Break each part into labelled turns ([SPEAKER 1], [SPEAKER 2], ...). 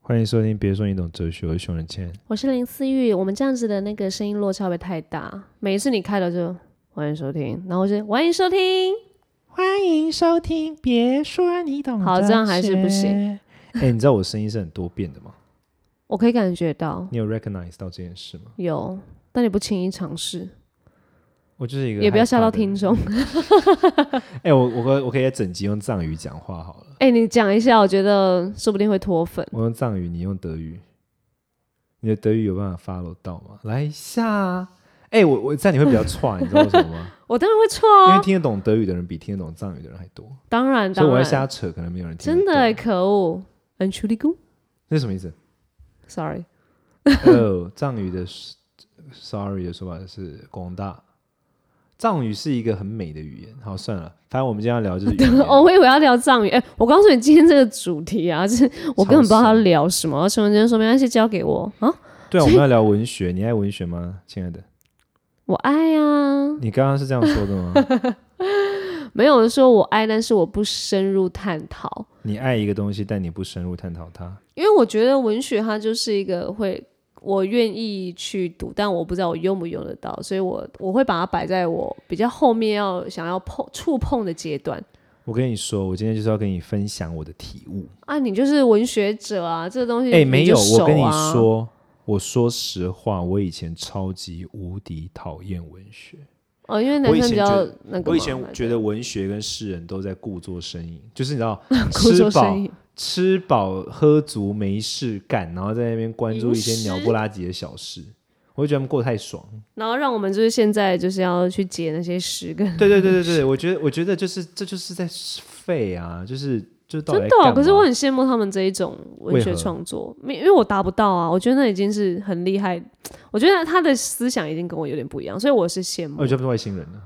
[SPEAKER 1] 欢迎收听，别说你懂哲学，我是熊仁 谦。
[SPEAKER 2] 我是林思玉，我们这样子的那个声音落差会不会太大？每一次你开了就欢迎收听，然后我就欢迎收听，
[SPEAKER 1] 欢迎收听，别说你懂
[SPEAKER 2] 好这样还是不行。
[SPEAKER 1] 哎、你知道我声音是很多变的吗？
[SPEAKER 2] 我可以感觉到
[SPEAKER 1] 你有 recognize 到这件事吗？
[SPEAKER 2] 有，但你不轻易尝试，
[SPEAKER 1] 我就是一个
[SPEAKER 2] 也不要吓
[SPEAKER 1] 害
[SPEAKER 2] 到
[SPEAKER 1] 怕的人
[SPEAKER 2] 听。众。
[SPEAKER 1] 哎、我我可我可以在整集用藏语讲话好了，
[SPEAKER 2] 哎、你讲一下，我觉得说不定会脱粉。
[SPEAKER 1] 我用藏语，你用德语，你的德语有办法 follow 到吗？来一下啊。哎、我我这样你会比较串，你知道为什么 吗？
[SPEAKER 2] 我当然会错
[SPEAKER 1] 因为
[SPEAKER 2] 啊，
[SPEAKER 1] 听得懂德语的人比听得懂藏语的人还多，
[SPEAKER 2] 当然
[SPEAKER 1] 所以
[SPEAKER 2] 当
[SPEAKER 1] 我在
[SPEAKER 2] 然，
[SPEAKER 1] 瞎扯，可能没有人听得
[SPEAKER 2] 真的、
[SPEAKER 1] 懂
[SPEAKER 2] 欸、可恶。很处理工
[SPEAKER 1] 那是什么意思？啊
[SPEAKER 2] ，sorry，
[SPEAKER 1] 哦，藏语的 s- “sorry” 的说法是“广大”。藏语是一个很美的语言。好，算了，反正我们今天要聊就是语言。
[SPEAKER 2] 哦，我以为要聊藏语。哎、我告诉你，今天这个主题啊，就是我根本不知道要聊什么。陈文娟说没关系，交给我啊，
[SPEAKER 1] 对啊，我们要聊文学。你爱文学吗，亲爱的？
[SPEAKER 2] 我爱啊。
[SPEAKER 1] 你刚刚是这样说的吗？
[SPEAKER 2] 没有说我爱，但是我不深入探讨，
[SPEAKER 1] 你爱一个东西，但你不深入探讨它。
[SPEAKER 2] 因为我觉得文学它就是一个会我愿意去读，但我不知道我用不用得到，所以我我会把它摆在我比较后面要想要碰触碰的阶段。
[SPEAKER 1] 我跟你说，我今天就是要跟你分享我的体悟。
[SPEAKER 2] 啊，你就是文学者啊，这个东西
[SPEAKER 1] 哎、没有，
[SPEAKER 2] 你就熟
[SPEAKER 1] 我
[SPEAKER 2] 啊
[SPEAKER 1] 跟你，说，我说实话，我以前超级无敌讨厌文学。
[SPEAKER 2] 哦，因为
[SPEAKER 1] 我
[SPEAKER 2] 男
[SPEAKER 1] 以
[SPEAKER 2] 生
[SPEAKER 1] 前
[SPEAKER 2] 比较
[SPEAKER 1] 觉得
[SPEAKER 2] 那个
[SPEAKER 1] 我
[SPEAKER 2] 嘛，，
[SPEAKER 1] 以前觉得文学跟诗人都在故作呻吟，就是你知道
[SPEAKER 2] 故
[SPEAKER 1] 吃
[SPEAKER 2] 作
[SPEAKER 1] 饱
[SPEAKER 2] 声音，
[SPEAKER 1] 吃饱喝足没事干，然后在那边关注一些
[SPEAKER 2] 吟诗
[SPEAKER 1] 鸟不拉几的小事，我就觉得他们过得太爽。
[SPEAKER 2] 然后让我们就是现在就是要去解那些诗跟。
[SPEAKER 1] 对对对对对，我觉得我觉得就是这就是在废啊，就是就是到底在
[SPEAKER 2] 真的哦、
[SPEAKER 1] 干嘛
[SPEAKER 2] 可是我很羡慕他们这一种文
[SPEAKER 1] 为
[SPEAKER 2] 学
[SPEAKER 1] 何
[SPEAKER 2] 创作，没因为我达不到啊。我觉得那已经是很厉害，我觉得他的思想已经跟我有点不一样，所以我是羡慕。
[SPEAKER 1] 我哦觉得他们是外星人呢、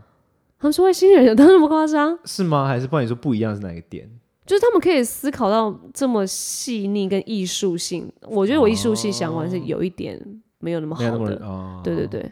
[SPEAKER 2] 他们是外星人，有当那么夸张？
[SPEAKER 1] 是吗？还是不然你说不一样是哪一个点？
[SPEAKER 2] 就是他们可以思考到这么细腻跟艺术性，我觉得我艺术系相关是有一点没有那么
[SPEAKER 1] 没有那
[SPEAKER 2] 好
[SPEAKER 1] 么
[SPEAKER 2] 的。
[SPEAKER 1] 哦，
[SPEAKER 2] 对对对，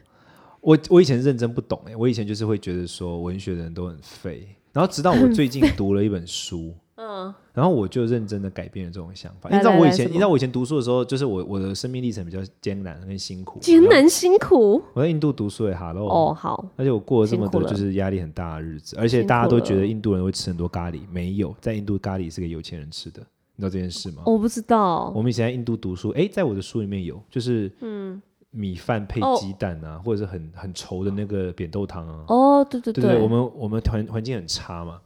[SPEAKER 1] 我我以前认真不懂哎、我以前就是会觉得说文学的人都很废，然后直到我最近读了一本书， 嗯，然后我就认真的改变了这种想法。你
[SPEAKER 2] 来
[SPEAKER 1] 知道
[SPEAKER 2] 来
[SPEAKER 1] 我以
[SPEAKER 2] 来
[SPEAKER 1] 前，
[SPEAKER 2] 什
[SPEAKER 1] 你知道我以前读书的时候，就是我我的生命历程比较艰难跟辛苦，
[SPEAKER 2] 艰。难辛苦
[SPEAKER 1] 我在印度读书哎、哈喽，
[SPEAKER 2] 哦，好，
[SPEAKER 1] 而且我过了这么
[SPEAKER 2] 辛
[SPEAKER 1] 多
[SPEAKER 2] 苦了
[SPEAKER 1] 就是压力很大的日子，而且
[SPEAKER 2] 辛苦
[SPEAKER 1] 大家都觉得印度人会吃很多咖喱，没有，在印度咖喱是给有钱人吃的，你知道这件事吗？
[SPEAKER 2] 我不知道
[SPEAKER 1] 我们以前在印度读书，哎，在我的书里面有，就是嗯，米饭配
[SPEAKER 2] 哦
[SPEAKER 1] 鸡蛋啊，或者是很很稠的那个扁豆汤啊，
[SPEAKER 2] 哦，对对
[SPEAKER 1] 对我们我们环环境很差嘛，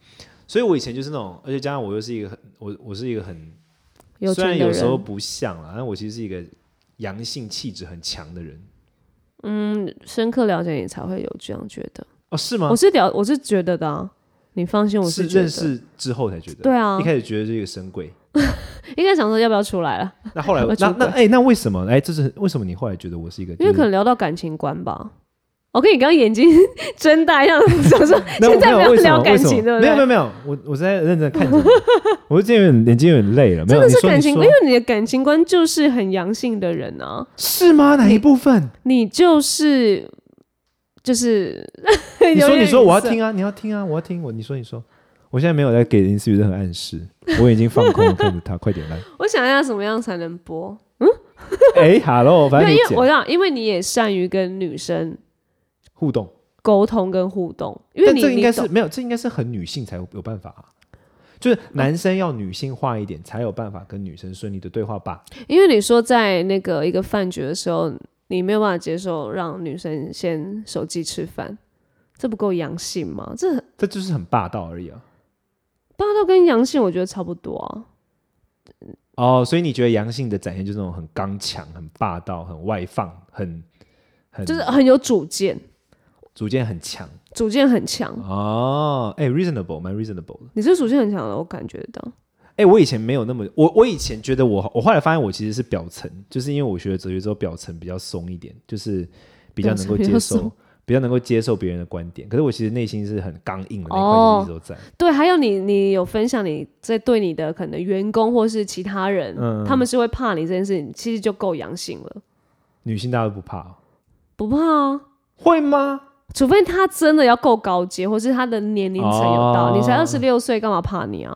[SPEAKER 1] 所以我以前就是那种，而且加上我又是一个很我我是一个很
[SPEAKER 2] 有
[SPEAKER 1] 虽然
[SPEAKER 2] 钱的
[SPEAKER 1] 有时候
[SPEAKER 2] 人，
[SPEAKER 1] 不像啦，但我其实是一个阳性气质很强的人
[SPEAKER 2] 嗯，深刻了解你才会有这样觉得。
[SPEAKER 1] 哦，是吗
[SPEAKER 2] 我？是了，我是觉得的、啊，你放心，我
[SPEAKER 1] 是
[SPEAKER 2] 觉得。
[SPEAKER 1] 认识之后才觉得，
[SPEAKER 2] 对啊
[SPEAKER 1] 一，开始觉得这个神 鬼，
[SPEAKER 2] 应该想说要不要出来了，
[SPEAKER 1] 那后来
[SPEAKER 2] 我
[SPEAKER 1] 那
[SPEAKER 2] 出
[SPEAKER 1] 那
[SPEAKER 2] 轨
[SPEAKER 1] 哎、那为什么？哎，这是为什么你后来觉得我是一个？
[SPEAKER 2] 因为
[SPEAKER 1] 就是
[SPEAKER 2] 可能聊到感情观
[SPEAKER 1] 嗯
[SPEAKER 2] 吧。我看你刚刚眼睛睁大，像想说
[SPEAKER 1] 那
[SPEAKER 2] 现在
[SPEAKER 1] 没
[SPEAKER 2] 没
[SPEAKER 1] 有
[SPEAKER 2] 有
[SPEAKER 1] 为什
[SPEAKER 2] 聊
[SPEAKER 1] 么？为
[SPEAKER 2] 感
[SPEAKER 1] 什
[SPEAKER 2] 情，对
[SPEAKER 1] 么？
[SPEAKER 2] 不
[SPEAKER 1] 没有没
[SPEAKER 2] 对？
[SPEAKER 1] 有没有，我我在认真看着你，我今天有点眼睛有点累了。没
[SPEAKER 2] 真
[SPEAKER 1] 有，
[SPEAKER 2] 的
[SPEAKER 1] 你
[SPEAKER 2] 是
[SPEAKER 1] 说
[SPEAKER 2] 感
[SPEAKER 1] 你
[SPEAKER 2] 情
[SPEAKER 1] 说
[SPEAKER 2] 观，因为你的感情观就是很阳性的人啊，
[SPEAKER 1] 是吗？哪一部分？
[SPEAKER 2] 你就是就是。
[SPEAKER 1] 你说
[SPEAKER 2] 有点
[SPEAKER 1] 你说我要
[SPEAKER 2] 语塞
[SPEAKER 1] 听啊，你要听啊，我要听我你说你说，我现在没有在给林思雨任何暗示，我已经放空了看着他，快点来。
[SPEAKER 2] 我想一下怎么样才能播？
[SPEAKER 1] 哎，hello，反
[SPEAKER 2] 对，
[SPEAKER 1] 正
[SPEAKER 2] 因
[SPEAKER 1] 你
[SPEAKER 2] 为我
[SPEAKER 1] 讲
[SPEAKER 2] 知道，因为你也善于跟女生
[SPEAKER 1] 互动，
[SPEAKER 2] 沟通跟互动，因为
[SPEAKER 1] 但
[SPEAKER 2] 你
[SPEAKER 1] 这应该
[SPEAKER 2] 你懂哦
[SPEAKER 1] 是没有，这应该是很女性才有有办法啊。就是男生要女性化一点，才有办法跟女生顺利的对话吧？
[SPEAKER 2] 因为你说在那个一个饭局的时候，你没有办法接受让女生先手机吃饭，这不够阳性吗？这很
[SPEAKER 1] 这就是很霸道而已啊。
[SPEAKER 2] 霸道跟阳性我觉得差不多啊。
[SPEAKER 1] 哦，所以你觉得阳性的展现就是那种很刚强、很霸道、很外放、很很
[SPEAKER 2] 就是哦很有主见，
[SPEAKER 1] 主见很强
[SPEAKER 2] 主见很强。
[SPEAKER 1] 哦。哎、r e a s o n a b l e 蛮 reasonable 的。
[SPEAKER 2] 你是主见很强的，我感觉到。
[SPEAKER 1] 哎、我以前没有那么，我我以前觉得我，我后来发现我其实是表层，就是因为我学了哲学之后，表层比较松一点，就是比较能够
[SPEAKER 2] 表层比较
[SPEAKER 1] 接受
[SPEAKER 2] 松。
[SPEAKER 1] 比较能够接受别人的观点，可是我其实内心是很刚硬的那一块，一
[SPEAKER 2] 哦
[SPEAKER 1] 直都在。
[SPEAKER 2] 对，还有你，你有分享你在对你的可能员工或是其他人，
[SPEAKER 1] 嗯
[SPEAKER 2] 他们是会怕你这件事情，其实就够阳性了，
[SPEAKER 1] 女性大家都不怕哦、
[SPEAKER 2] 不怕啊。
[SPEAKER 1] 会吗？
[SPEAKER 2] 除非他真的要够高阶，或是他的年龄层有到，
[SPEAKER 1] 哦
[SPEAKER 2] 你才二十六岁，干嘛怕你啊？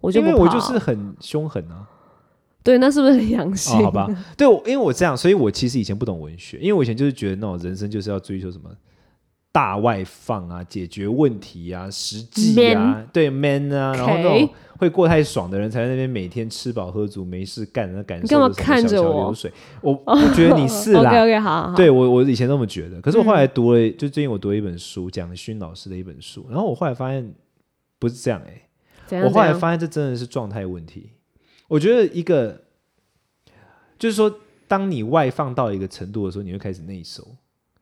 [SPEAKER 2] 我
[SPEAKER 1] 我
[SPEAKER 2] 就
[SPEAKER 1] 因
[SPEAKER 2] 不
[SPEAKER 1] 为
[SPEAKER 2] 怕啊、
[SPEAKER 1] 我就是很凶狠啊。
[SPEAKER 2] 对，那是不是很阳
[SPEAKER 1] 哦
[SPEAKER 2] 性？，嗯
[SPEAKER 1] 好 吧，对，我因为我这样，所以我其实以前不懂文学，因为我以前就是觉得那种人生就是要追求什么大外放啊，解决问题啊，实际啊对 man 啊，然后那
[SPEAKER 2] OK
[SPEAKER 1] 种会过太爽的人才在那边每天吃饱喝足，没事干，那感受
[SPEAKER 2] 你干嘛
[SPEAKER 1] 着什么
[SPEAKER 2] 看
[SPEAKER 1] 小
[SPEAKER 2] 着
[SPEAKER 1] 桥
[SPEAKER 2] 我
[SPEAKER 1] 流水，我 我觉得你是啦
[SPEAKER 2] OK OK，好好嗯好。
[SPEAKER 1] 对我，我以前那么觉得，可是我后来读了，就最近我读了一本书，蒋勋老师的一本书，然后我后来发现不是这样哎、
[SPEAKER 2] 怎样
[SPEAKER 1] 我后来
[SPEAKER 2] 怎样
[SPEAKER 1] 发现这真的是状态问题。我觉得一个就是说，当你外放到一个程度的时候，你会开始内收。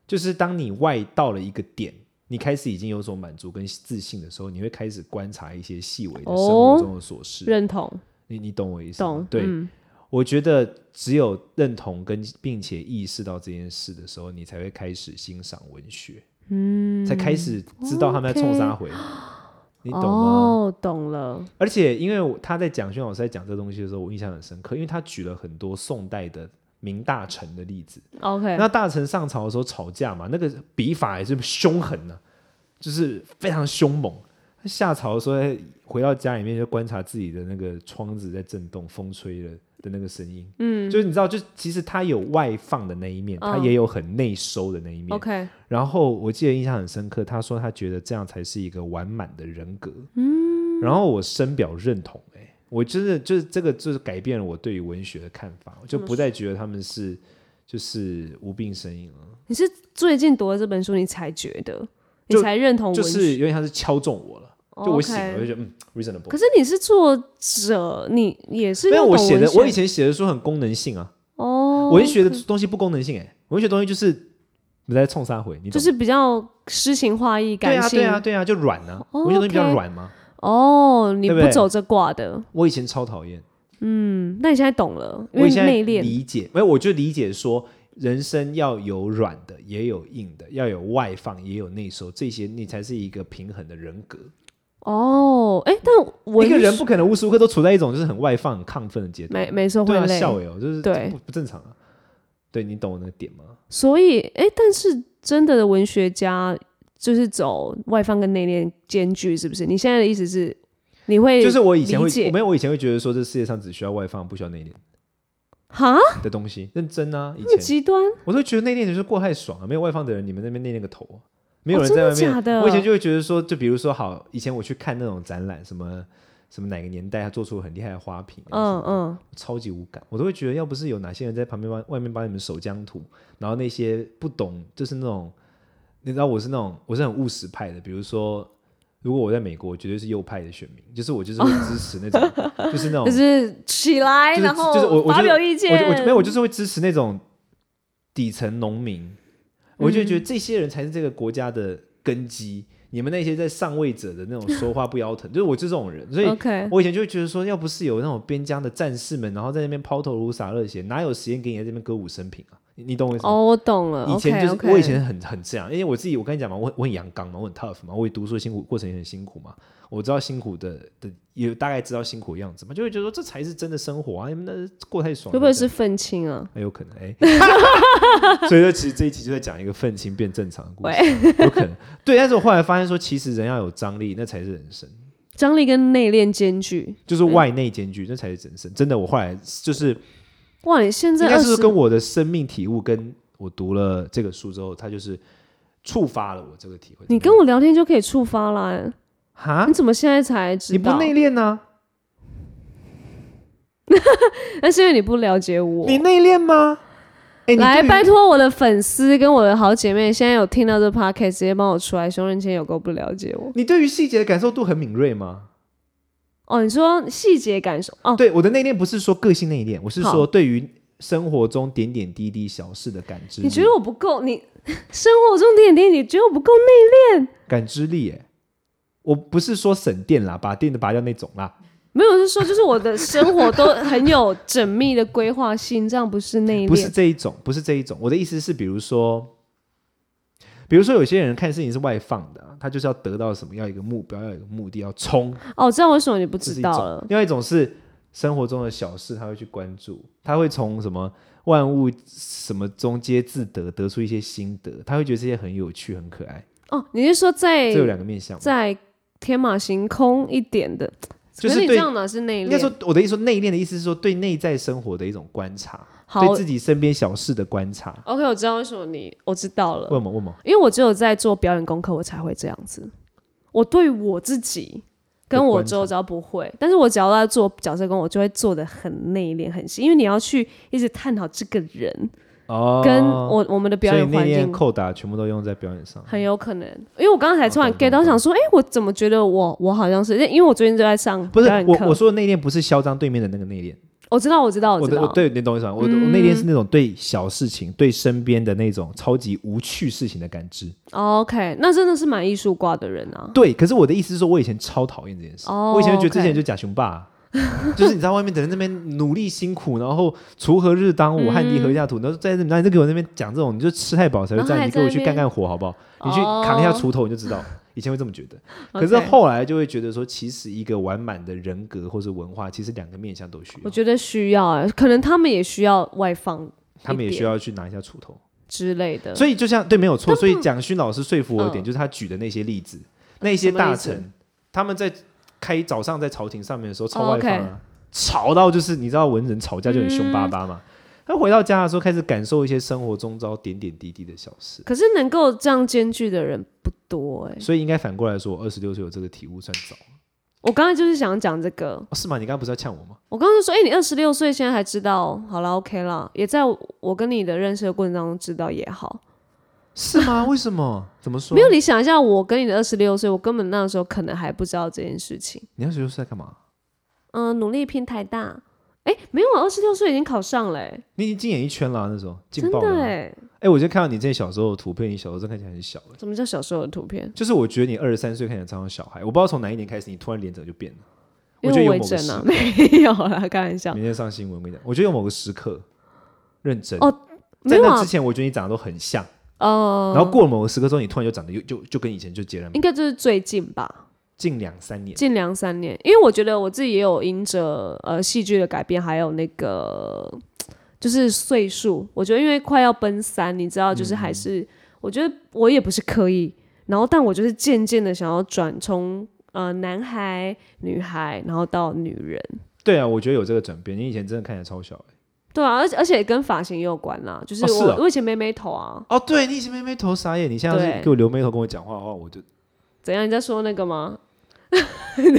[SPEAKER 1] 就是当你外到了一个点，你开始已经有所满足跟自信的时候，你会开始观察一些细微的生活
[SPEAKER 2] 哦
[SPEAKER 1] 中的琐事。
[SPEAKER 2] 认同，
[SPEAKER 1] 你你懂我意思吗？
[SPEAKER 2] 懂，
[SPEAKER 1] 对，
[SPEAKER 2] 嗯
[SPEAKER 1] 我觉得只有认同跟并且意识到这件事的时候，你才会开始欣赏文学，嗯，才开始知道他们在冲啥回，你懂吗？
[SPEAKER 2] 哦，懂了，
[SPEAKER 1] 而且因为我他在讲宣老师在讲这东西的时候，我印象很深刻，因为他举了很多宋代的明大臣的例子。
[SPEAKER 2] OK，
[SPEAKER 1] 那大臣上朝的时候吵架嘛，那个笔法也是凶狠呐、就是非常凶猛。他下朝的时候，哎回到家里面就观察自己的那个窗子在震动，风吹了的那个声音。嗯，就是你知道，就其实他有外放的那一面，他
[SPEAKER 2] 嗯
[SPEAKER 1] 也有很内收的那一面。
[SPEAKER 2] OK，
[SPEAKER 1] 然后我记得印象很深刻，他说他觉得这样才是一个完满的人格。嗯，然后我深表认同、欸，我真的就是这个就是改变了我对于文学的看法，我就不再觉得他们是就是无病呻吟了，
[SPEAKER 2] 你是最近读了这本书，你才觉得，你
[SPEAKER 1] 就
[SPEAKER 2] 才认哦同文
[SPEAKER 1] 就
[SPEAKER 2] 学，哦
[SPEAKER 1] 是有点像是敲中我了。就我写
[SPEAKER 2] OK
[SPEAKER 1] 了，我就觉得嗯
[SPEAKER 2] 可
[SPEAKER 1] ，reasonable。
[SPEAKER 2] 是你是作者，你也是
[SPEAKER 1] 没有
[SPEAKER 2] 要
[SPEAKER 1] 我
[SPEAKER 2] 懂
[SPEAKER 1] 写的
[SPEAKER 2] 文，学
[SPEAKER 1] 我以前写的书很功能性啊，
[SPEAKER 2] 哦，
[SPEAKER 1] 文学的东西不功能性哎、文学东西就是你在冲三回，你懂吗
[SPEAKER 2] 就是比较诗情画意、
[SPEAKER 1] 对
[SPEAKER 2] 感
[SPEAKER 1] 啊
[SPEAKER 2] 性
[SPEAKER 1] 对啊对啊，就软啊，
[SPEAKER 2] 哦
[SPEAKER 1] 文学东西比较
[SPEAKER 2] OK
[SPEAKER 1] 软嘛。
[SPEAKER 2] 哦，你
[SPEAKER 1] 对
[SPEAKER 2] 不
[SPEAKER 1] 不对
[SPEAKER 2] 走这挂的，
[SPEAKER 1] 我以前超讨厌。
[SPEAKER 2] 嗯，那你现在懂了，因
[SPEAKER 1] 我
[SPEAKER 2] 为
[SPEAKER 1] 现在
[SPEAKER 2] 内敛，
[SPEAKER 1] 理解，没有，我就理解说，人生要有软的，也有硬的，要有外放，也有内收，这些你才是一个平衡的人格。
[SPEAKER 2] 哦，哎，但文
[SPEAKER 1] 一个人
[SPEAKER 2] 学
[SPEAKER 1] 不可能无时无刻都处在一种就是很外放、很亢奋的阶段，
[SPEAKER 2] 没没错
[SPEAKER 1] 对
[SPEAKER 2] 会
[SPEAKER 1] 啊，
[SPEAKER 2] 累，
[SPEAKER 1] 笑哎哦，就是
[SPEAKER 2] 对
[SPEAKER 1] 这不不正常啊。对你懂我那个点吗？
[SPEAKER 2] 所以，哎，但是真的的文学家就是走外放跟内敛兼具，是不是？你现在的意思是，你会
[SPEAKER 1] 就是我以前会
[SPEAKER 2] 理，解
[SPEAKER 1] 我没有，我以前会觉得说，这世界上只需要外放，不需要内敛
[SPEAKER 2] 哈
[SPEAKER 1] 的东西。认真啊，以
[SPEAKER 2] 这么
[SPEAKER 1] 前
[SPEAKER 2] 极端？
[SPEAKER 1] 我都觉得内敛就是过太爽了、没有外放的人，你们那边内敛个头啊、没有
[SPEAKER 2] 哦
[SPEAKER 1] 人
[SPEAKER 2] 真
[SPEAKER 1] 在
[SPEAKER 2] 的
[SPEAKER 1] 外面。
[SPEAKER 2] 假的
[SPEAKER 1] 我以前就会觉得说，就比如说好，以前我去看那种展览，什么什么哪个年代他做出很厉害的花瓶、啊，
[SPEAKER 2] 嗯
[SPEAKER 1] 嗯嗯，
[SPEAKER 2] 嗯，
[SPEAKER 1] 超级无感，我都会觉得要不是有哪些人在旁边帮外面帮你们手浆涂，然后那些不懂就是那种，你知道我是那种我是很务实派的，比如说。如果我在美国，我绝对是右派的选民，就是我就是会支持那种， 就是那种
[SPEAKER 2] 就是起来，
[SPEAKER 1] 哦就是
[SPEAKER 2] 然后
[SPEAKER 1] 就是我我
[SPEAKER 2] 发
[SPEAKER 1] 就
[SPEAKER 2] 表意见，
[SPEAKER 1] 我就我就没有，我就是会支持那种底层农民，我就觉得这些人才是这个国家的根基。你们那些在上位者的那种说话不腰 疼，就是我就这种人，所以
[SPEAKER 2] OK，
[SPEAKER 1] 我以前就会觉得说，要不是有那种边疆的战士们，然后在那边抛头颅洒热血，哪有时间给你在这边歌舞升平啊？你你懂我意思吗？
[SPEAKER 2] 哦，我懂了。
[SPEAKER 1] 以前就是
[SPEAKER 2] o k o k
[SPEAKER 1] 我以前很很这样，因为我自己我跟你讲嘛，我很我很阳刚嘛，我很 tough 嘛，我也读书辛苦过程也很辛苦嘛，我知道辛苦的的也大概知道辛苦的样子嘛，就会觉得说这才是真的生活啊，你们那过太爽了。
[SPEAKER 2] 会不会是愤青啊？
[SPEAKER 1] 很有可能 哎、 所以说其实这一期就在讲一个愤青变正常的故事，啊有可能对。但是我后来发现说，其实人要有张力，那才是人生，
[SPEAKER 2] 张力跟内敛兼具。
[SPEAKER 1] 就是外内兼具，那才是人生。真的，我后来就是
[SPEAKER 2] 哇，你现
[SPEAKER 1] 应
[SPEAKER 2] 在
[SPEAKER 1] 该
[SPEAKER 2] 二
[SPEAKER 1] 是
[SPEAKER 2] 十
[SPEAKER 1] 跟我的生命体悟，跟我读了这个书之后，它就是触发了我这个体会。
[SPEAKER 2] 你跟我聊天就可以触发啦，
[SPEAKER 1] 哈
[SPEAKER 2] 你，怎么现在才知
[SPEAKER 1] 啊你不
[SPEAKER 2] 道？
[SPEAKER 1] 内敛啊呢？
[SPEAKER 2] 那是因为你不了解我。
[SPEAKER 1] 你内敛吗？哎，你
[SPEAKER 2] 来，
[SPEAKER 1] 对于
[SPEAKER 2] 拜托我的粉丝跟我的好姐妹，现在有听到这 podcast，直接帮我出来。熊仁谦有够不了解我
[SPEAKER 1] 你对于细节的感受度很敏锐吗？
[SPEAKER 2] 哦。你说细节感受哦，
[SPEAKER 1] 对，我的内敛不是说个性内敛，我是
[SPEAKER 2] 好
[SPEAKER 1] 说对于生活中点点滴滴小事的感知力。
[SPEAKER 2] 你觉得我不够？你生活中点点，你觉得我不够内？
[SPEAKER 1] 感知力、欸？我不是说省电啦，把电的拔掉那种啦。
[SPEAKER 2] 没有，是说就是我的生活都很有缜密的规划性，这样不是内
[SPEAKER 1] 不是
[SPEAKER 2] 敛。
[SPEAKER 1] 这一种，不是这一种。我的意思是，比如说，比如说有些人看事情是外放的啊、他就是要得到什么，要有一个目标，要有一个目的，要冲，
[SPEAKER 2] 哦，这样为什么你不
[SPEAKER 1] 这是
[SPEAKER 2] 知
[SPEAKER 1] 一
[SPEAKER 2] 道
[SPEAKER 1] 种
[SPEAKER 2] 了。？
[SPEAKER 1] 另外一种是生活中的小事，他会去关注，他会从什么万物什么中皆自得，得出一些心得，他会觉得这些很有趣、很可爱。
[SPEAKER 2] 哦，你是说在
[SPEAKER 1] 这有两个面向嘛。
[SPEAKER 2] 在天马行空一点的？
[SPEAKER 1] 就是
[SPEAKER 2] 可你这
[SPEAKER 1] 对
[SPEAKER 2] 样哪是内
[SPEAKER 1] 应该
[SPEAKER 2] 敛
[SPEAKER 1] 说？，我的意思说内敛的意思是说对内在生活的一种观察，
[SPEAKER 2] 好
[SPEAKER 1] 对自己身边小事的观察。
[SPEAKER 2] ，OK，我知道为什么你，我知道了
[SPEAKER 1] 问，嘛问嘛，
[SPEAKER 2] 因为我只有在做表演功课，我才会这样子。我对我自己跟我周遭不会，但是我只要在做角色功，我就会做的很内敛、很细，因为你要去一直探讨这个人、
[SPEAKER 1] 哦，
[SPEAKER 2] 跟我我们的表
[SPEAKER 1] 所以
[SPEAKER 2] 演
[SPEAKER 1] 内
[SPEAKER 2] 环
[SPEAKER 1] 敛
[SPEAKER 2] 境。
[SPEAKER 1] 扣打全部都用在表演上。
[SPEAKER 2] 很有可能，因为我刚刚才突然
[SPEAKER 1] 哦懂
[SPEAKER 2] get 到，
[SPEAKER 1] 懂
[SPEAKER 2] 想说，哎、我怎么觉得我我好像是，因为我最近就在上
[SPEAKER 1] 不是
[SPEAKER 2] 表演
[SPEAKER 1] 我
[SPEAKER 2] 课
[SPEAKER 1] 我说的内敛不是嚣张对面的那个内敛，
[SPEAKER 2] 我知道，我知道，
[SPEAKER 1] 我
[SPEAKER 2] 知
[SPEAKER 1] 的
[SPEAKER 2] 道，嗯
[SPEAKER 1] 我对你懂我意思吗？我的我内敛是那种对小事情、对身边的那种超级无趣事情的感知。
[SPEAKER 2] 哦 OK，那真的是蛮艺术挂的人啊。
[SPEAKER 1] 对，可是我的意思是说，我以前超讨厌这件事。
[SPEAKER 2] 哦
[SPEAKER 1] 我以前就觉得这些人
[SPEAKER 2] OK
[SPEAKER 1] 就假熊爸、 就是你在外面等人那边努力辛苦，然后锄禾日当午，汗滴禾下土，然后在那，然后你就给我那边讲这种，你就吃太饱才会
[SPEAKER 2] 嗯然后
[SPEAKER 1] 这样，
[SPEAKER 2] 还
[SPEAKER 1] 你给我
[SPEAKER 2] 在那
[SPEAKER 1] 去干干活好不好？你去扛一下锄头你就知道。以前会这么觉得，可是
[SPEAKER 2] 哦 OK
[SPEAKER 1] 后来就会觉得说，其实一个完满的人格或是文化，其实两个面向都需
[SPEAKER 2] 我
[SPEAKER 1] 要，
[SPEAKER 2] 觉得需要、欸，可能他们也需要外放
[SPEAKER 1] 他们也
[SPEAKER 2] 一点
[SPEAKER 1] 需要去拿一下锄头。
[SPEAKER 2] 之类的。
[SPEAKER 1] 所以就像对，没有错。
[SPEAKER 2] 但不
[SPEAKER 1] 所以蒋勋老师说服我的点，
[SPEAKER 2] 嗯
[SPEAKER 1] 就是他举的那些例子，那些大臣他们在开早上在朝廷上面的时候
[SPEAKER 2] 哦
[SPEAKER 1] 超外放啊，吵到就是你知道文人吵架就很凶巴巴嘛。
[SPEAKER 2] 嗯
[SPEAKER 1] 他回到家的时候，开始感受一些生活中遭点点滴滴的小事，
[SPEAKER 2] 可是能够这样兼具的人不多哎、
[SPEAKER 1] 所以应该反过来说，我二十六岁有这个体悟算早、
[SPEAKER 2] 我刚才就是想讲这个，
[SPEAKER 1] 哦是吗？你刚刚不是要呛我吗？
[SPEAKER 2] 我刚刚就说，哎、你二十六岁现在还知道，好了，OK 了，也在我跟你的认识的过程当中知道也好。
[SPEAKER 1] 是吗？ 为什么？怎么说？
[SPEAKER 2] 没有，你想一下，我跟你的二十六岁，我根本那时候可能还不知道这件事情。
[SPEAKER 1] 你二十六岁在干嘛？
[SPEAKER 2] 嗯、努力拼台大，哎、没有，二十六岁已经考上了、欸，
[SPEAKER 1] 你已经进演艺圈了啊、那时候劲
[SPEAKER 2] 真
[SPEAKER 1] 爆
[SPEAKER 2] 的
[SPEAKER 1] 了啊。
[SPEAKER 2] 哎、
[SPEAKER 1] 哎、我就看到你这些小时候的图片，你小时候真的看起来很小、哎
[SPEAKER 2] 什么叫小时候的图片？
[SPEAKER 1] 就是我觉得你二十三岁看起来超像小孩，我不知道从哪一年开始你突然脸长就变了。我
[SPEAKER 2] 因
[SPEAKER 1] 觉得
[SPEAKER 2] 为
[SPEAKER 1] 有
[SPEAKER 2] 为
[SPEAKER 1] 某个
[SPEAKER 2] 真
[SPEAKER 1] 时
[SPEAKER 2] 啊，
[SPEAKER 1] 刻，
[SPEAKER 2] 没有啦，开玩笑。
[SPEAKER 1] 明天上新闻，我跟你讲，我觉得有某个时刻认真
[SPEAKER 2] 哦没
[SPEAKER 1] 在
[SPEAKER 2] 有
[SPEAKER 1] 那
[SPEAKER 2] 啊
[SPEAKER 1] 之，前，我觉得你长得都很像，
[SPEAKER 2] 呃，
[SPEAKER 1] 然后过了某个时刻之后，你突然就长得又就就跟以前就截然不
[SPEAKER 2] 应该就是最近吧，
[SPEAKER 1] 近两三年。
[SPEAKER 2] 近两三年，因为我觉得我自己也有因着呃戏剧的改变，还有那个就是岁数，我觉得因为快要奔三，你知道，
[SPEAKER 1] 嗯
[SPEAKER 2] 就是还是、我觉得我也不是刻意，然后但我就是渐渐的想要转从呃男孩、女孩，然后到女人。
[SPEAKER 1] 对啊，我觉得有这个转变。你以前真的看起来超小、欸、
[SPEAKER 2] 对啊，而且而且跟发型也有关啦，就是
[SPEAKER 1] 哦是
[SPEAKER 2] 我、
[SPEAKER 1] 哦
[SPEAKER 2] 我以前没眉头啊，
[SPEAKER 1] 哦，对你以前妹妹头傻眼，你现在要是
[SPEAKER 2] 对
[SPEAKER 1] 给我留眉头跟我讲话的哦话，我 就
[SPEAKER 2] 怎样？你在说那个吗？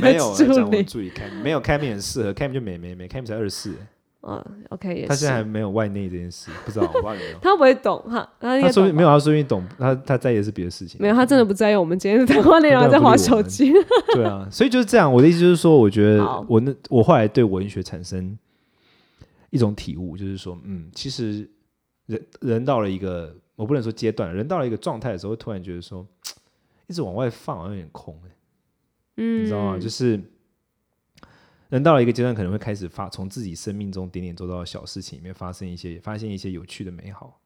[SPEAKER 1] 没 有
[SPEAKER 2] 助
[SPEAKER 1] 这样。我
[SPEAKER 2] 理
[SPEAKER 1] 注意看，没有 Cam 很适合，Cam 就美美美，Cam 才二十四，
[SPEAKER 2] 嗯，OK，也
[SPEAKER 1] 他现在还
[SPEAKER 2] 是。。
[SPEAKER 1] 没有外内这件事，不知道我忘了没有
[SPEAKER 2] 他不会懂哈，他应
[SPEAKER 1] 他
[SPEAKER 2] 该
[SPEAKER 1] 说不定
[SPEAKER 2] 懂
[SPEAKER 1] 没
[SPEAKER 2] 吧
[SPEAKER 1] 有，他说不定懂，他他在意的是别的事情。
[SPEAKER 2] 没有，他真的不在意我们今天的谈话内容，
[SPEAKER 1] 他
[SPEAKER 2] 他
[SPEAKER 1] 根本哦啊不
[SPEAKER 2] 在
[SPEAKER 1] 理
[SPEAKER 2] 划
[SPEAKER 1] 我
[SPEAKER 2] 手机。
[SPEAKER 1] 对啊，所以就是这样。我的意思就是说，我觉得
[SPEAKER 2] 好
[SPEAKER 1] 我那我后来对文学产生一种体悟，就是说，嗯，其实人人到了一个我不能说阶段，人到了一个状态的时候，会突然觉得说，一直往外放好像有点空、欸，
[SPEAKER 2] 嗯，
[SPEAKER 1] 你知道吗？就是人到了一个阶段，可能会开始发从自己生命中点点周遭的小事情里面发生一些发现一些有趣的美好。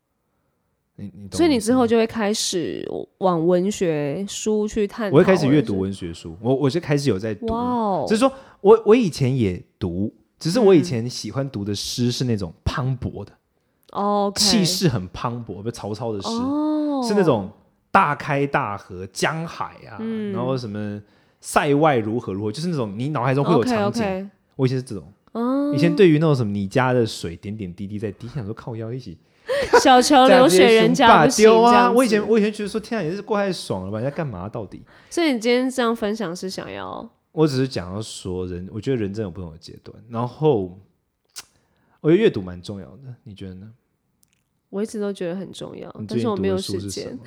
[SPEAKER 1] 你你懂我意思吗？
[SPEAKER 2] 所以你之后就会开始往文学书去探讨。
[SPEAKER 1] 我会开始阅读。文学书，我我就开始有在读
[SPEAKER 2] 哇哦
[SPEAKER 1] 只，是说我我以前也读，只是我
[SPEAKER 2] 嗯
[SPEAKER 1] 以前喜欢读的诗是那种磅礴的，
[SPEAKER 2] 哦，
[SPEAKER 1] 气势很磅礴，不是曹操的诗，
[SPEAKER 2] 哦，
[SPEAKER 1] 是那种大开大合、江海啊，
[SPEAKER 2] 嗯
[SPEAKER 1] 然后什么塞外如何如何，就是那种你脑海中会有
[SPEAKER 2] OK
[SPEAKER 1] 场景。
[SPEAKER 2] OK，
[SPEAKER 1] 我以前是这种，
[SPEAKER 2] 哦嗯，
[SPEAKER 1] 以前对于那种什么你家的水点点滴滴在滴，想说靠腰一起
[SPEAKER 2] 小桥
[SPEAKER 1] 这样
[SPEAKER 2] 流
[SPEAKER 1] 直接
[SPEAKER 2] 水人
[SPEAKER 1] 凶
[SPEAKER 2] 家
[SPEAKER 1] 霸
[SPEAKER 2] 不行
[SPEAKER 1] 丢
[SPEAKER 2] 这
[SPEAKER 1] 啊！
[SPEAKER 2] 样
[SPEAKER 1] 我以
[SPEAKER 2] 子
[SPEAKER 1] 前我以前觉得说天啊，也是过太爽了吧？人家干嘛啊到底？
[SPEAKER 2] 所以你今天这样分享是想要
[SPEAKER 1] 我只是讲要说人，我觉得人真的有不同的阶段。然后，我觉得阅读蛮重要的，你觉得呢？
[SPEAKER 2] 我一直都觉得很重要
[SPEAKER 1] 你，
[SPEAKER 2] 但
[SPEAKER 1] 最
[SPEAKER 2] 是
[SPEAKER 1] 近
[SPEAKER 2] 我
[SPEAKER 1] 读
[SPEAKER 2] 没有
[SPEAKER 1] 的书
[SPEAKER 2] 时
[SPEAKER 1] 是什
[SPEAKER 2] 间
[SPEAKER 1] 么。？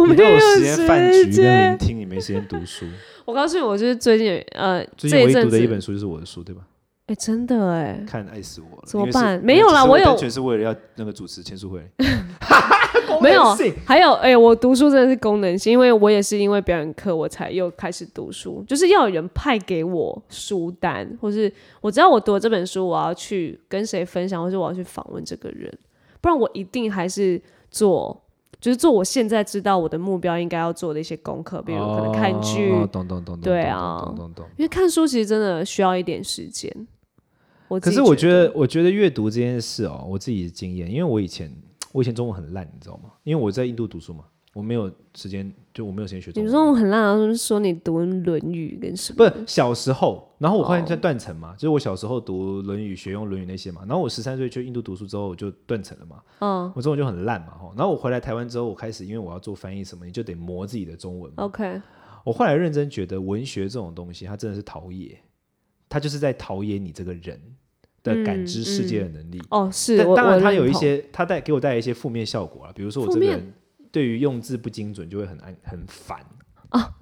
[SPEAKER 2] 我
[SPEAKER 1] 你
[SPEAKER 2] 没
[SPEAKER 1] 都有
[SPEAKER 2] 有
[SPEAKER 1] 时间饭局跟
[SPEAKER 2] 间
[SPEAKER 1] 聆听，你没时间读书。
[SPEAKER 2] 我告诉你，我就是最近呃
[SPEAKER 1] 最
[SPEAKER 2] 这
[SPEAKER 1] 近唯一
[SPEAKER 2] 阵
[SPEAKER 1] 读的
[SPEAKER 2] 子
[SPEAKER 1] 一，本书就是我的书，对吧？
[SPEAKER 2] 哎，真的哎，
[SPEAKER 1] 看爱死我了，
[SPEAKER 2] 怎
[SPEAKER 1] 因
[SPEAKER 2] 么
[SPEAKER 1] 为是
[SPEAKER 2] 办没有啦
[SPEAKER 1] 因为这
[SPEAKER 2] 我有
[SPEAKER 1] 是单纯是为了要那个主持签书会， 功
[SPEAKER 2] 没有
[SPEAKER 1] 能性，
[SPEAKER 2] 还有哎、我读书真的是功能性，因为我也是因为表演课我才又开始读书，就是要有人派给我书单，或是我知道我读了这本书，我要去跟谁分享，或是我要去访问这个人，不然我一定还是做。就是做我现在知道我的目标应该要做的一些功课，比如可能看剧，
[SPEAKER 1] 哦懂懂懂懂，
[SPEAKER 2] 对
[SPEAKER 1] 懂
[SPEAKER 2] 啊
[SPEAKER 1] 懂懂懂。
[SPEAKER 2] 因为看书其实真的需要一点时间。我
[SPEAKER 1] 可
[SPEAKER 2] 自己
[SPEAKER 1] 是我
[SPEAKER 2] 觉
[SPEAKER 1] 觉得，我觉得阅读这件事哦，我自己的经验，因为我以前我以前中文很烂，你知道吗？因为我在印度读书嘛，我没有时间，就我没有时间学中
[SPEAKER 2] 你
[SPEAKER 1] 文。
[SPEAKER 2] 说我很烂，然后说你读《论语》跟什么？
[SPEAKER 1] 不是小时候，然后我发现
[SPEAKER 2] 哦
[SPEAKER 1] 在断层嘛，就是我小时候读《论语》，学用《论语》那些嘛，然后我十三岁去印度读书之后，我就断层了嘛，
[SPEAKER 2] 嗯
[SPEAKER 1] 我中文就很烂嘛，吼，然后我回来台湾之后，我开始因为我要做翻译什么，你就得磨自己的中文嘛。
[SPEAKER 2] ，OK，
[SPEAKER 1] 我后来认真觉得，文学这种东西，它真的是陶冶，它就是在陶冶你这个人的
[SPEAKER 2] 嗯
[SPEAKER 1] 感知世界的能力。
[SPEAKER 2] 哦，是
[SPEAKER 1] 但
[SPEAKER 2] 我
[SPEAKER 1] 当
[SPEAKER 2] 我
[SPEAKER 1] 然，它有
[SPEAKER 2] 认
[SPEAKER 1] 一
[SPEAKER 2] 同
[SPEAKER 1] 些，它带给我带来一些负面效果啊，比如说我
[SPEAKER 2] 负
[SPEAKER 1] 这个
[SPEAKER 2] 面
[SPEAKER 1] 人对于用字不精准就会很安很烦。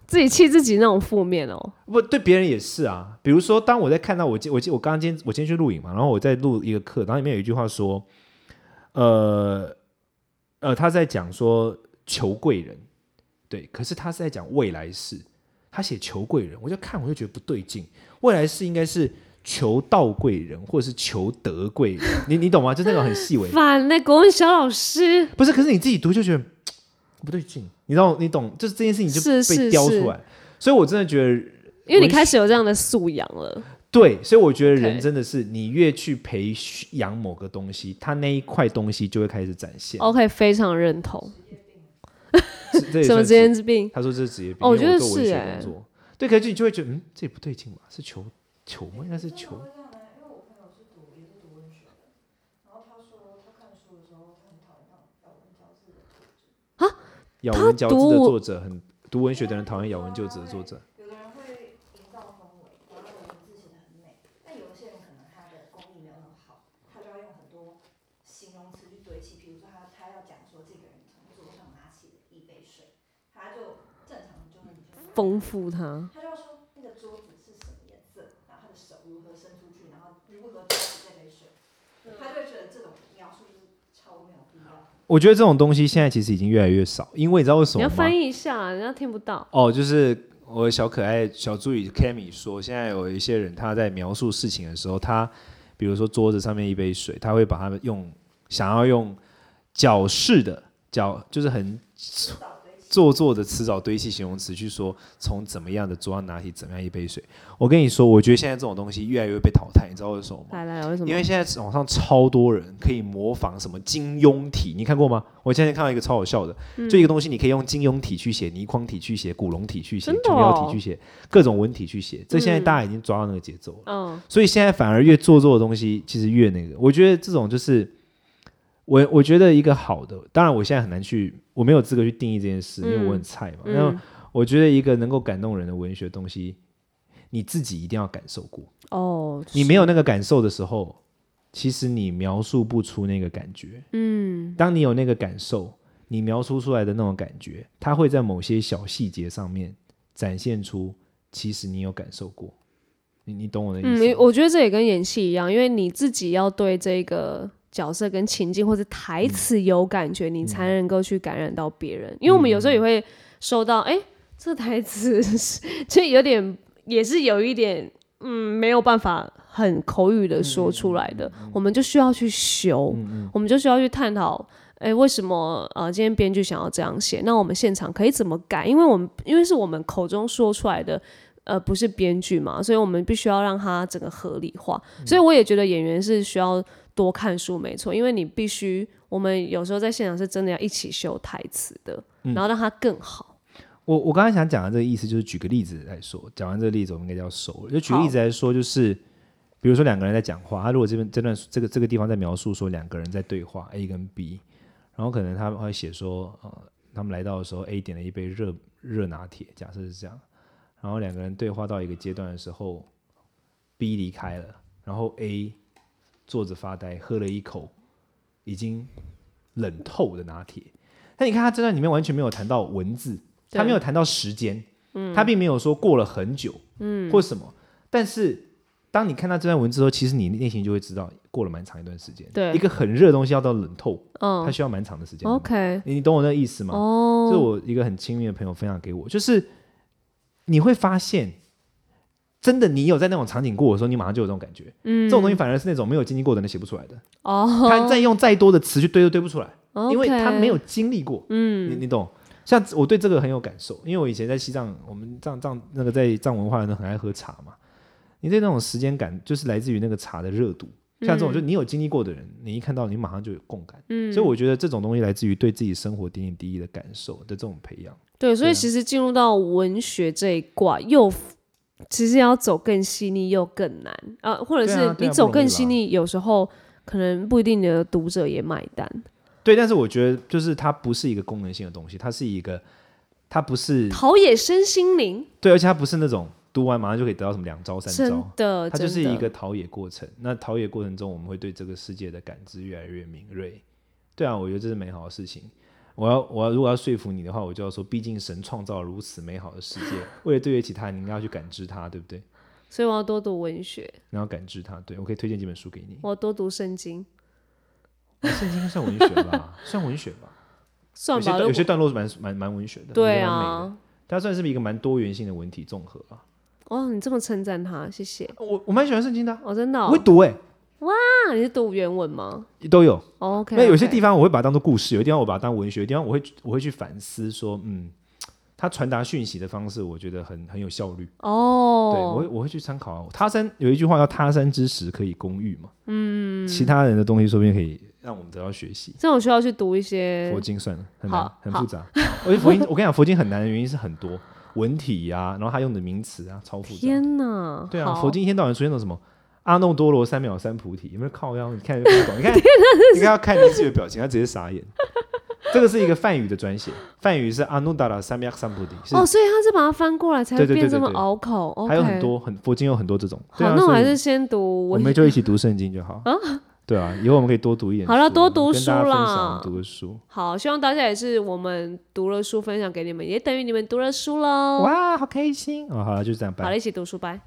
[SPEAKER 2] 自己气自己那种负面哦，，
[SPEAKER 1] 不对，别人也是啊。比如说，当我在看到我今我今我刚刚今天我今天去录影嘛，然后我在录一个课，然后里面有一句话说，呃呃，他在讲说求贵人，对，可是他是在讲未来世，他写求贵人，我就看我就觉得不对劲，未来世应该是求道贵人或者是求得贵人，你你懂吗？就那种很细微
[SPEAKER 2] 烦那国文小老师，
[SPEAKER 1] 不是，可是你自己读就觉得不对劲，你知道你懂，就是这件事情就是被
[SPEAKER 2] 是
[SPEAKER 1] 雕
[SPEAKER 2] 是
[SPEAKER 1] 出来，所以我真的觉得。
[SPEAKER 2] 因为你
[SPEAKER 1] 文
[SPEAKER 2] 开始有这样的素养了，
[SPEAKER 1] 对，所以我觉得
[SPEAKER 2] OK
[SPEAKER 1] 人真的是，你越去培养某个东西，它那一块东西就会开始展现。
[SPEAKER 2] OK，非常认同。
[SPEAKER 1] 是这也
[SPEAKER 2] 什
[SPEAKER 1] 算
[SPEAKER 2] 么职
[SPEAKER 1] 是
[SPEAKER 2] 业病？
[SPEAKER 1] 他说这是职业病，
[SPEAKER 2] 哦我
[SPEAKER 1] 因
[SPEAKER 2] 觉
[SPEAKER 1] 为
[SPEAKER 2] 得
[SPEAKER 1] 做文
[SPEAKER 2] 是
[SPEAKER 1] 学
[SPEAKER 2] 欸
[SPEAKER 1] 工作。对，可是你就会觉得，嗯，这也不对劲吧？是球球吗？应该是球。咬文嚼字的
[SPEAKER 2] 啊读
[SPEAKER 1] 作者很读文学的人讨厌咬文嚼字的作者，
[SPEAKER 3] 但有一些人可能他的功力没有那么好，他就要用很多形容词去堆砌。比如说他他要讲说这个人从桌上拿起了一杯水，他就正常的中文就
[SPEAKER 2] 丰富它，
[SPEAKER 3] 他就要说那个桌子是什么颜色，然后他的手如何伸出去，然后如何抓起这杯水，他就会觉得这种描述就是超没有必要。
[SPEAKER 1] 我觉得这种东西现在其实已经越来越少，因为你知道为什么
[SPEAKER 2] 你要
[SPEAKER 1] 吗？
[SPEAKER 2] 翻译一下，人家听不到。
[SPEAKER 1] 哦，就是我的小可爱小助理 Cammy 说，现在有一些人他在描述事情的时候，他比如说桌子上面一杯水，他会把它们用想要用矫饰的矫，就是很做作的词藻堆砌形容词去说，从怎么样的桌上拿起怎么样一杯水。我跟你说，我觉得现在这种东西越来越被淘汰，你知道为什么吗？
[SPEAKER 2] 来来，来为什么？
[SPEAKER 1] 因为现在网上超多人可以模仿什么金庸体，你看过吗？我现在看到一个超好笑的，
[SPEAKER 2] 嗯
[SPEAKER 1] 就一个东西，你可以用金庸体去写、倪匡体去写、古龙体去写、
[SPEAKER 2] 真的
[SPEAKER 1] 琼
[SPEAKER 2] 哦
[SPEAKER 1] 瑶体去写，各种文体去写。这现在大家已经抓到那个节奏了，
[SPEAKER 2] 嗯，
[SPEAKER 1] 所以现在反而越做作的东西，其实越那个。我觉得这种就是我，我觉得一个好的，当然我现在很难去，我没有资格去定义这件事，因为我很菜嘛。那、
[SPEAKER 2] 嗯
[SPEAKER 1] 我觉得一个能够感动人的文学东西，你自己一定要感受过。
[SPEAKER 2] 哦，
[SPEAKER 1] 你没有那个感受的时候，其实你描述不出那个感觉。嗯，当你有那个感受，你描述出来的那种感觉，它会在某些小细节上面展现出，其实你有感受过。你你懂我的意
[SPEAKER 2] 嗯，
[SPEAKER 1] 思吗？
[SPEAKER 2] 我觉得这也跟演戏一样，因为你自己要对这个角色跟情境或者
[SPEAKER 1] 嗯
[SPEAKER 2] 台词有感觉，你才能够去感染到别人。因为我们有
[SPEAKER 1] 嗯
[SPEAKER 2] 时候也会收到，哎、这台词是就有点，也是有一点，嗯，没有办法很口语的
[SPEAKER 1] 嗯
[SPEAKER 2] 说出来的，我们就需要去修，我们就需要去探讨。哎，为什么呃，今天编剧想要这样写？那我们现场可以怎么改？因为我们因为是我们口中说出来的，呃，不是编剧嘛，所以我们必须要让它整个合理化。
[SPEAKER 1] 嗯
[SPEAKER 2] 所以我也觉得演员是需要多看书，没错，因为你必须，我们有时候在现场是真的要一起修台词的，
[SPEAKER 1] 嗯
[SPEAKER 2] 然后让它更好。
[SPEAKER 1] 我我刚才想讲的这个意思，就是举个例子来说。讲完这个例子，我们应该就要熟了。就举个
[SPEAKER 2] 好
[SPEAKER 1] 例子来说，就是比如说两个人在讲话，他如果这边这段这个这个地方在描述说两个人在对话 A 跟 B，然后可能他们会写说，呃，他们来到的时候 A 点了一杯热热拿铁，假设是这样，然后两个人对话到一个阶段的时候，B 离开了，然后 A 坐着发呆，喝了一口已经冷透的拿铁。但你看他这段里面完全没有谈到文字，
[SPEAKER 2] 对嗯
[SPEAKER 1] 他没有谈到时间，他并没有说过了很久，嗯，或什么。但是当你看到这段文字之后，其实你内心就会知道过了蛮长一段时间。
[SPEAKER 2] 对
[SPEAKER 1] 一个很热的东西要到冷透，它
[SPEAKER 2] 嗯
[SPEAKER 1] 需要蛮长的时间的嘛。
[SPEAKER 2] ，OK，
[SPEAKER 1] 你你懂我那个意思吗？
[SPEAKER 2] 哦，
[SPEAKER 1] 这是我一个很亲密的朋友分享给我，就是你会发现，真的你有在那种场景过的时候，你马上就有这种感觉。
[SPEAKER 2] 嗯
[SPEAKER 1] 这种东西反而是那种没有经历过的人写不出来的，
[SPEAKER 2] 哦，
[SPEAKER 1] 他再用再多的词去堆都堆不出来。因为
[SPEAKER 2] OK
[SPEAKER 1] 他没有，经历过，嗯，你你懂？像我对这个很有感受，因为我以前在西藏，我们藏藏那个在藏文化人都很爱喝茶嘛，你对那种时间感就是来自于那个茶的热度，像这种，就你有经历过的人，你一看到你马上就有共感。
[SPEAKER 2] 嗯，
[SPEAKER 1] 所以我觉得这种东西来自于对自己生活点点滴滴的感受的这种培养。
[SPEAKER 2] 对，所
[SPEAKER 1] 对
[SPEAKER 2] 以
[SPEAKER 1] 啊
[SPEAKER 2] 其实进入到文学这一卦，又其实要走更细腻又更难啊、呃或者
[SPEAKER 1] 对啊
[SPEAKER 2] 是
[SPEAKER 1] 对
[SPEAKER 2] 你
[SPEAKER 1] 啊
[SPEAKER 2] 走
[SPEAKER 1] 不容易
[SPEAKER 2] 更
[SPEAKER 1] 吧
[SPEAKER 2] 细腻，有时候可能不一定你的读者也买单。
[SPEAKER 1] 对，但是我觉得就是它不是一个功能性的东西，它是一个，它不是
[SPEAKER 2] 陶冶身心灵，
[SPEAKER 1] 对，而且它不是那种读完马上就可以得到什么两招三
[SPEAKER 2] 真
[SPEAKER 1] 招，
[SPEAKER 2] 的，
[SPEAKER 1] 它就是
[SPEAKER 2] 真的
[SPEAKER 1] 一个陶冶过程。那陶冶过程中，我们会对这个世界的感知越来越敏锐。对啊，我觉得这是美好的事情。我要我要如果要说服你的话，我就要说，毕竟神创造了如此美好的世界， 为了对得起它，你应该要去感知它，对不对？
[SPEAKER 2] 所以我要多读文学，
[SPEAKER 1] 然后感知它，对我可以推荐几本书给 你。
[SPEAKER 2] 我要多读圣经，
[SPEAKER 1] 圣经应该算文学吧，算文学吧。
[SPEAKER 2] 算
[SPEAKER 1] 有些
[SPEAKER 2] 吧，
[SPEAKER 1] 段
[SPEAKER 2] 如
[SPEAKER 1] 有
[SPEAKER 2] 果
[SPEAKER 1] 些段落是蛮蛮蛮文学的，
[SPEAKER 2] 对
[SPEAKER 1] 我觉得蛮美的，
[SPEAKER 2] 啊，
[SPEAKER 1] 它算是一个蛮多元性的文体综合啊。
[SPEAKER 2] 哦，你这么称赞他，谢谢，
[SPEAKER 1] 我我蛮喜欢圣经的啊、
[SPEAKER 2] 哦，真的
[SPEAKER 1] 我
[SPEAKER 2] 哦、
[SPEAKER 1] 会读哎、
[SPEAKER 2] 那你是读原文吗
[SPEAKER 1] 都有。
[SPEAKER 2] 哦？OK，
[SPEAKER 1] 那有些地
[SPEAKER 2] 方
[SPEAKER 1] 方我会把它当做故事，有些地方我把它当文学，有些地方我会我会去反思说，嗯，他传达讯息的方式，我觉得很很有效率。对，我
[SPEAKER 2] 哦，
[SPEAKER 1] 会我会去参考啊。他山有一句话叫“他山之石，可以攻玉”嘛。嗯，其他人的东西说不定可以让我们得到学习。
[SPEAKER 2] 这种需要去读一些
[SPEAKER 1] 佛经算了，很难
[SPEAKER 2] 好，
[SPEAKER 1] 很
[SPEAKER 2] 好
[SPEAKER 1] 复杂。而且佛经，我跟你讲，佛经很难的原因是很多文体呀、然后他用的名词啊，超复杂。
[SPEAKER 2] 天哪！
[SPEAKER 1] 对啊，
[SPEAKER 2] 好
[SPEAKER 1] 佛经一天到晚出现那种什么阿耨多罗三藐三菩提，有没有靠腰？你看就不懂，你看你看要看林志宇的表情，他直接傻眼。这个是一个梵语的专写，梵语是阿耨达拉三藐三菩提，是、
[SPEAKER 2] 哦，所以他是把它翻过来才会
[SPEAKER 1] 对对对
[SPEAKER 2] 变这么
[SPEAKER 1] 对对
[SPEAKER 2] 拗口。OK，
[SPEAKER 1] 还有很多很佛经有很多这种。对
[SPEAKER 2] 好，
[SPEAKER 1] 啊、
[SPEAKER 2] 那我
[SPEAKER 1] 所以
[SPEAKER 2] 还是先读
[SPEAKER 1] 我
[SPEAKER 2] 文
[SPEAKER 1] 们就一起读圣经就好。对啊，以后我们可以多读一点。
[SPEAKER 2] 好了多读
[SPEAKER 1] 跟大家
[SPEAKER 2] 书
[SPEAKER 1] 分
[SPEAKER 2] 啦
[SPEAKER 1] 享我们读的书。
[SPEAKER 2] 好，希望大家也是我们读了书分享给你们，也等于你们读了书喽。
[SPEAKER 1] 哇，好开心哦！好了，就这样，拜
[SPEAKER 2] 好了，一起读书，拜。